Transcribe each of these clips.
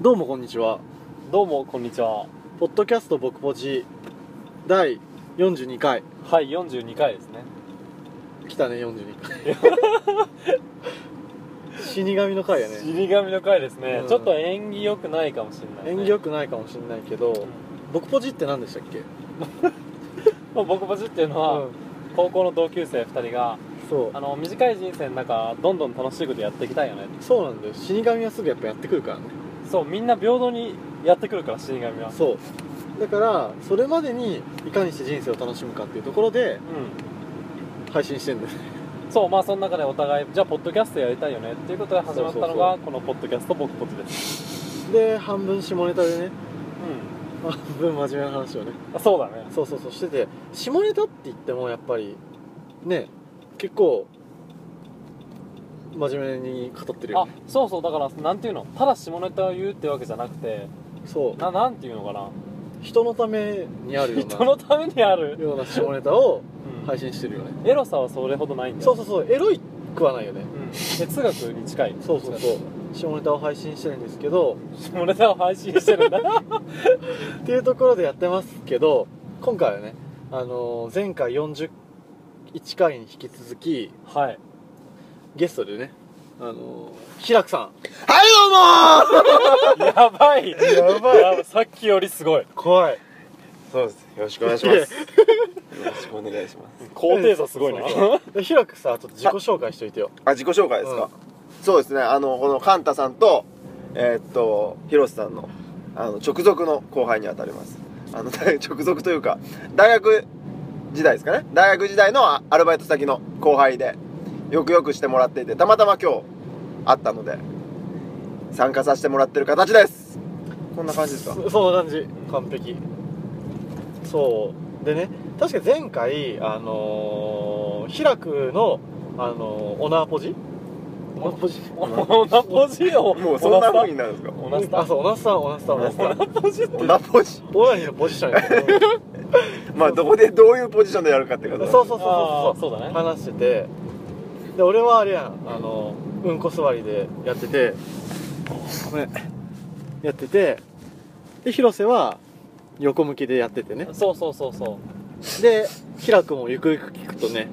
どうもこんにちはどうもこんにちはポッドキャスト僕ポジ第42回はい42回ですね来たね42回 死神の回やね死神の回ですね、うんちょっと縁起良くないかもしれない、ね、演技良くないかもしれないけうどん僕ポジって何でしたっけまあ僕ポジっていうのは、うん高校の同級生2人がそうあの短い人生の中どんどん楽しいことやっていきたいよねそうなんだよ死神はすぐやっぱやってくるからねそうみんな平等にやってくるから死神はそうだからそれまでにいかにして人生を楽しむかっていうところでう配信してるんですんそうまあその中でお互いじゃあポッドキャストやりたいよねっていうことで始まったのそうそうがこのポッドキャスト僕ポジですで半分下ネタでねう半分真面目な話をねんあそうだねそうそうそうしてて下ネタって言ってもやっぱりね結構真面目に語ってるよあねそうそうだからなんていうのただ下ネタを言うってわけじゃなくてそうななんていうのかな人のためにあるよう 人なのためにある、ような下ネタをうん配信して るよねエロさはそれほどないんだよそうそうそうエロいくはないよねうん、哲学に近いそうそうそう下ネタを配信してるんですけど下ネタを配信してるんだっていうところでやってますけど今回はね、あのー前回41回に引き続きはいゲストでねあのー、ひらくさんはい、どうもやばいやいやさっきよりすごい怖いそうです。よろしくお願い し ます。よろしくお願いします。高低差すごいなそう でひらくさちょっと自己紹介しといてよあ、自己紹介ですか、そうですね。あの、このカンタさんと、えーっと、ヒロシさんの、あの、直属の後輩にあたります。あの、 大直属というか、大学時代ですかね。大学時代のあアルバイト先の後輩で、よくよくしてもらっていて、たまたま今日会ったので、参加させてもらってる形です。こんな感じですかそそんな感じ完璧そうでね確か前回あのー、ひらくのあのー、オナーポジオナーポジ女ポジをもうそんな風にになるんですか女スタあそうオナスさんオナスさんオナスさん女ポジってオナポジオナニーのポジションやけどまあどこでどういうポジションでやるかってこと そううそうそうあそーうそうだね話しててで俺はあれやんあのうんこ座りでやっててこれやっててで広瀬は横向きでやっててねそうそうそうそで平君もゆくゆく聞くとね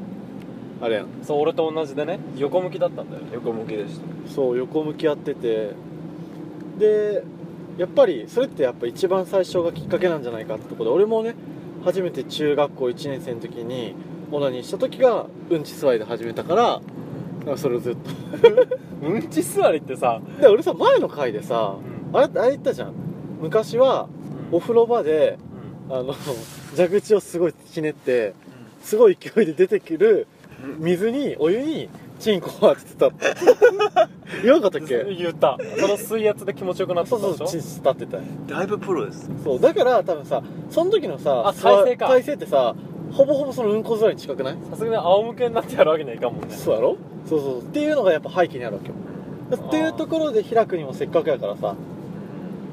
あれやんうそう俺と同じでね横向きだったんだよね横向きでしたそう横向きやっててでやっぱりそれってやっぱ一番最初がきっかけなんじゃないかってとこで俺もね初めて中学校1年生の時にオナニーした時がうんち座りで始めたからだからそれをずっとうんち座りってさ、で俺さ前の回でさあれあれ言ったじゃん昔はお風呂場でうんあの蛇口をすごいひねってすごい勢いで出てくる水にお湯にチンコを当ててたって言わなかったっけ言ったその水圧で気持ちよくなったそんでしうょそうチン立ってたよだいぶプロですそうだから多分さその時のさあ体勢か体勢ってさほぼほぼそのうんこ空に近くないさすがに仰向けになってやるわけにはいかんもんねそうやろそうそうっていうのがやっぱ背景にあるわけよっていうところで開くにもせっかくやからさ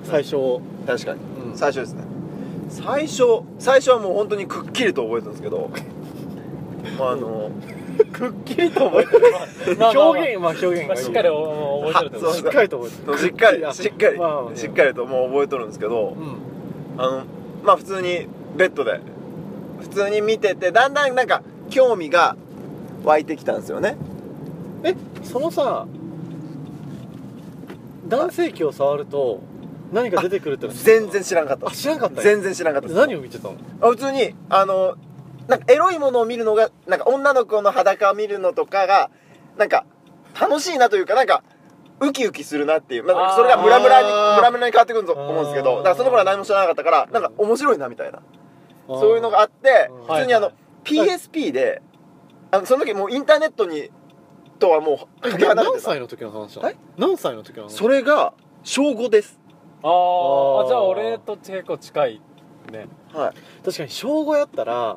最初を、確かにうん最初ですね最初最初はもう本当にくっきりと覚えてるんですけ どまああのくっきりと覚えてる、まあまあまあ表現まあ表現まがあいいしっかりお覚えてるってことあしっそかりと覚えてるしっかりしっかり、まあまあまあしっかりともう覚えとるんですけどうんあのまあ普通にベッドで普通に見ててだんだんなんか興味が湧いてきたんですよねえそのさ男性器を触ると何か出てくるってのは全然知らんかったあ知らなかった全然知らんかったです何を見てたのあ普通にあのなんかエロいものを見るのがなんか女の子の裸を見るのとかがなんか楽しいなというかなんかウキウキするなっていう、まああ、ーそれがムラムラにムラムラに変わってくるとあー思うんですけどだからその頃は何も知らなかったからなんか面白いなみたいなそういうのがあってうん普通にあのは PSP であのその時もうインターネットにとはもうえかけ離れ何てた歳の時の話なのえ何歳の時の話それが小5ですあーあーあじゃあ俺と結構近いねはい確かに小5やったら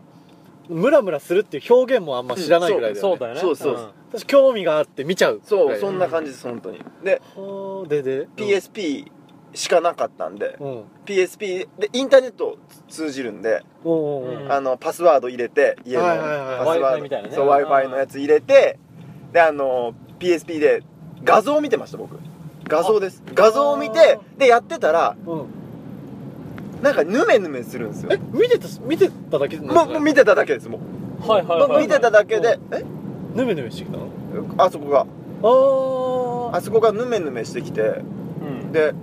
ムラムラするっていう表現もあんま知らないぐらいだよ、ねそうだよねそうそう私興味があって見ちゃうぐそらういそんな感じです本当にではあでで PSP しかなかったんでうん PSP でインターネットを通じるんで、うんうんうんうんあのパスワード入れて家のはパいスはいはい Wi-Fi ワードみたいなねそう w i f i のやつ入れてであの PSP で画像を見てました僕画像です画像を見てでやってたらうんなんかヌメヌメするんですよえ見てた見てただけなんじゃもないうもう見てただけですもうはいはいはいもう見てただけでえぬめぬめしてきたのあそこがああそこがヌメヌメしてきてうんで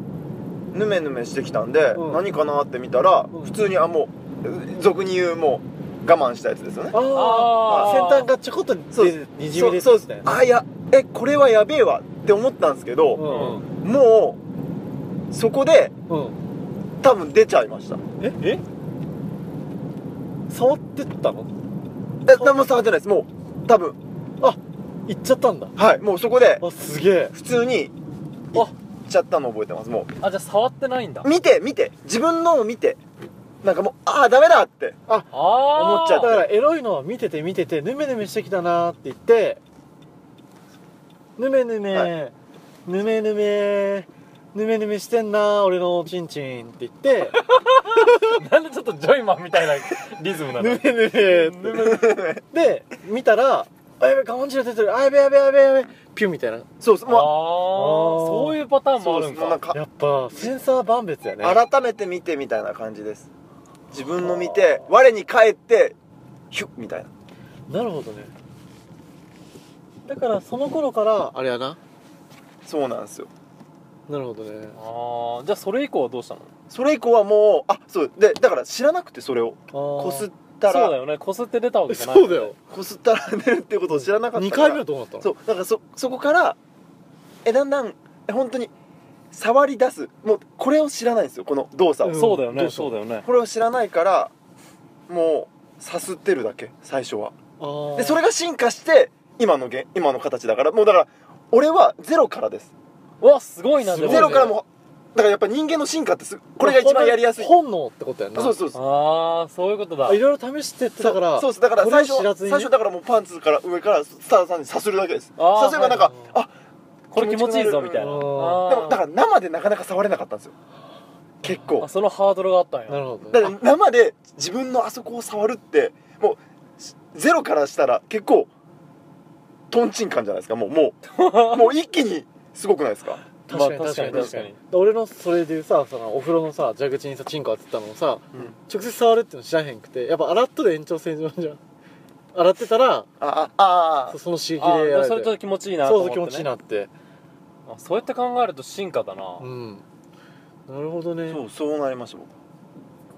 ヌメヌメしてきたんで、うん何かなって見たら、うん普通にあもう俗に言うもう我慢したやつですよねああああー先端がちょこっと出そうてにじみ出そてうそきたうよねあいやえこれはやべえわって思ったんですけうど、んもうそこでうん多分出ちゃいましたええ触ってったのえ何も触ってないですもう多分行っちゃったんだはいもうそこであすげえ普通に行っちゃったの覚えてますもあじゃあ触ってないんだう見て見て自分のを見てなんかもうああダメだってああ思っちゃだったからエロいのは見てて見ててヌメヌメしてきたなーって言ってヌメヌメ、はヌメヌメヌメヌメしてんなー俺のチンチンって言ってなんでちょっとジョイマンみたいなリズム なヌメのヌメってで見たらあやべ我慢汁出てるあやべやべやべやべピュンみたいなそうですああもあーそういうパターうンもあそうるでんすもうなんかかやっぱセンサー万別やね改めて見てみたいな感じです自分の見て我に返ってヒュッみたいななるほどねだからその頃からあれやなそうなんですよなるほどねあーじゃあそれ以降はどうしたのそれ以降はもうあそうでだから知らなくてそれをここすっそたうだらよねこすって出たわけじゃないそうだよこすったら出るってことを知らなかった2から回目はどうなったのそうだからそそこからえだんだんえ本当に触り出すもうこれを知らないんですよこの動作を、うんそうだよどねうしたそうだよねこれを知らないからもうさすってるだけ最初はあーでそれが進化して今のげ今の形だからもうだから俺はゼロからですうわすごいなすでごいねゼロからもうだからやっぱ人間の進化ってすこれが一番やりやすい本能ってことやんなそうそうそうああそういうことだあいろいろ試してってだからそうそうだからこれを最知初らはずに最初だからもうパンツから上からスターさんにさするだけですあーさすればなんかはいあこれ気持ちいいぞみたいなうあんでもーだから生でなかなか触れなかったんですよ結構あそのハードルがあったんやなるほどだねから生で自分のあそこを触るってもうしゼロからしたら結構トンチン感じゃないですかもうも うもう一気にすごくないですか確かにまあ確かに確か確かにに俺のそれでさそのお風呂のさ蛇口にさチンコ当てたのをさ直接触るっていうの知らへんくてやっぱ洗っとる延長線上じゃん洗ってたらあああその刺激あーででやられもてそれちょっと気持ちいいなとそう思そうって、ね、気持ちいいなってあそうやって考えると進化だな、うんなるほどねそうそうなりました僕っ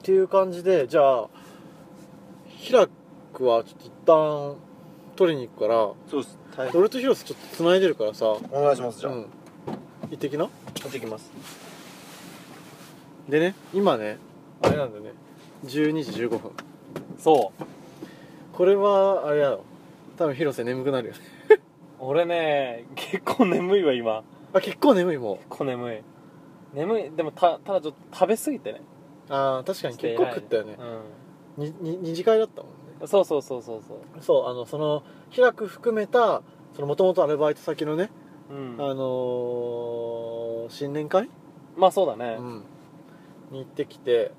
ていう感じでじゃあヒラクはちょっと一旦取りに行くからそうです大変俺とヒロスちょっとつないでるからさお願いしますじゃうあ、行ん行ってきなってきますでね今ねあれなんだよね12時15分そうこれはあれやろ多分広瀬眠くなるよね俺ね結構眠いわ今あ結構眠いも結構眠い眠いでもたただちょっと食べ過ぎてねうあー確かに結構食ったよねにに二次会だったもんねうん、そうそうそうそうそそうあのその平く含めたその元々アルバイト先のね、う、うん、あのー、新年会、まあそうだねう、ん、に行ってきて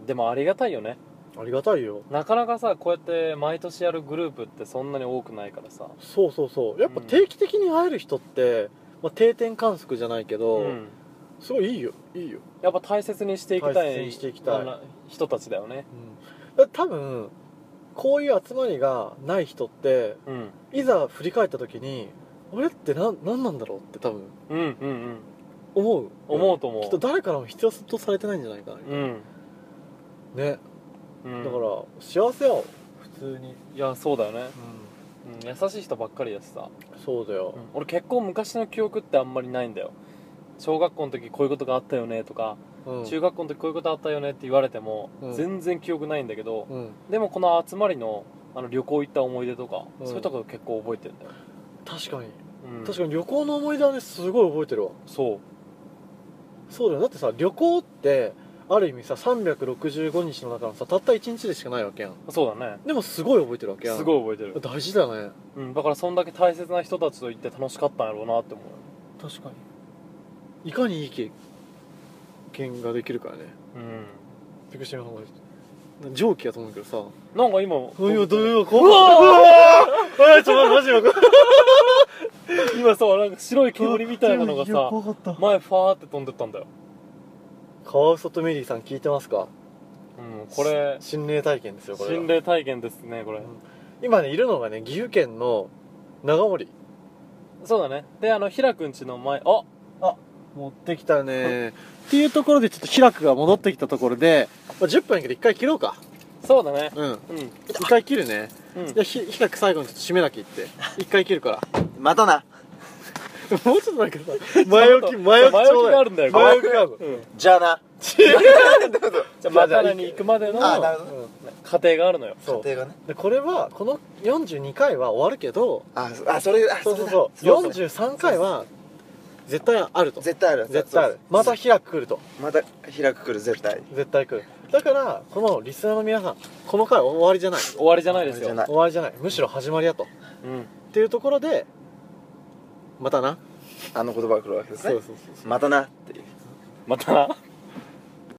うんでもありがたいよねありがたいよなかなかさこうやって毎年やるグループってそんなに多くないからさそうそうそうやっぱうん定期的に会える人って、まあ、定点観測じゃないけど、うんすごいいいよいいよ、やっぱ大切にしていきた大切いにしていきたいあの人たちだよねうん、だ多分こういう集まりがない人ってうんいざ振り返った時に俺って何なんなんだろうって多分うんうんうん思う思うと思うきっと誰からも必要とされてないんじゃないかな、うん、ねうん、だから幸せよ普通に、いやそうだよね、うん、優しい人ばっかりだしさ、そうだよう、ん俺結構昔の記憶ってあんまりないんだよ小学校の時こういうことがあったよねとか、うん中学校の時こういうことあったよねって言われても、うん全然記憶ないんだけど、うん、でもこの集まりのあの旅行行った思い出とか、うんそういうとこ結構覚えてるんだよ、確かにうん、確かに旅行の思い出はねすごい覚えてるわそうそうだよだってさ旅行ってある意味さ365日の中のさたった1日でしかないわけやんそうだねでもすごい覚えてるわけやんすごい覚えてる、大事だねうん、だからそんだけ大切な人たちと行って楽しかったんやろうなって思確かにいかにいい経験ができるかねううんびっくりした今なんか蒸気やと思うけどさなんか今うわどういううわ怖っうわーちょっとマジで怖い今さなんか白い煙みたいなのがいやさ怖かった前ファーって飛んでったんだよカワウソとメリーさん聞いてますかうんこれし心霊体験ですよこれは心霊体験ですねこれ今ねいるのがね岐阜県の長森そうだねであの平くんちの前あ持ってきたねっていうところでちょっと平くが戻ってきたところで、まあ、10分やけど1回切ろうかそうだねうんうん1回切るねうんじゃあひ平く最後にちょっと締めなきゃい って1回切るから またなもうちょっとなんかさ前置き前置きちょうだいがあるんだよこれ前置きがあるうんじゃあ なじゃあまたに行くまでのあなる過ほどね程があるのよそう家庭がねでこれはこの42回は終わるけどあそあそれあそうそれうだそうそうそう43回は絶対あると絶対ある絶対あるまた開く来るとまた開く来る絶対絶対来るだからこのリスナーの皆さんこの回終わりじゃない終わりじゃないです終よわり終わりじゃないむしろ始まりやとっうんていうところでまたなあの言葉が来るわけですねそうまたなっていうまたな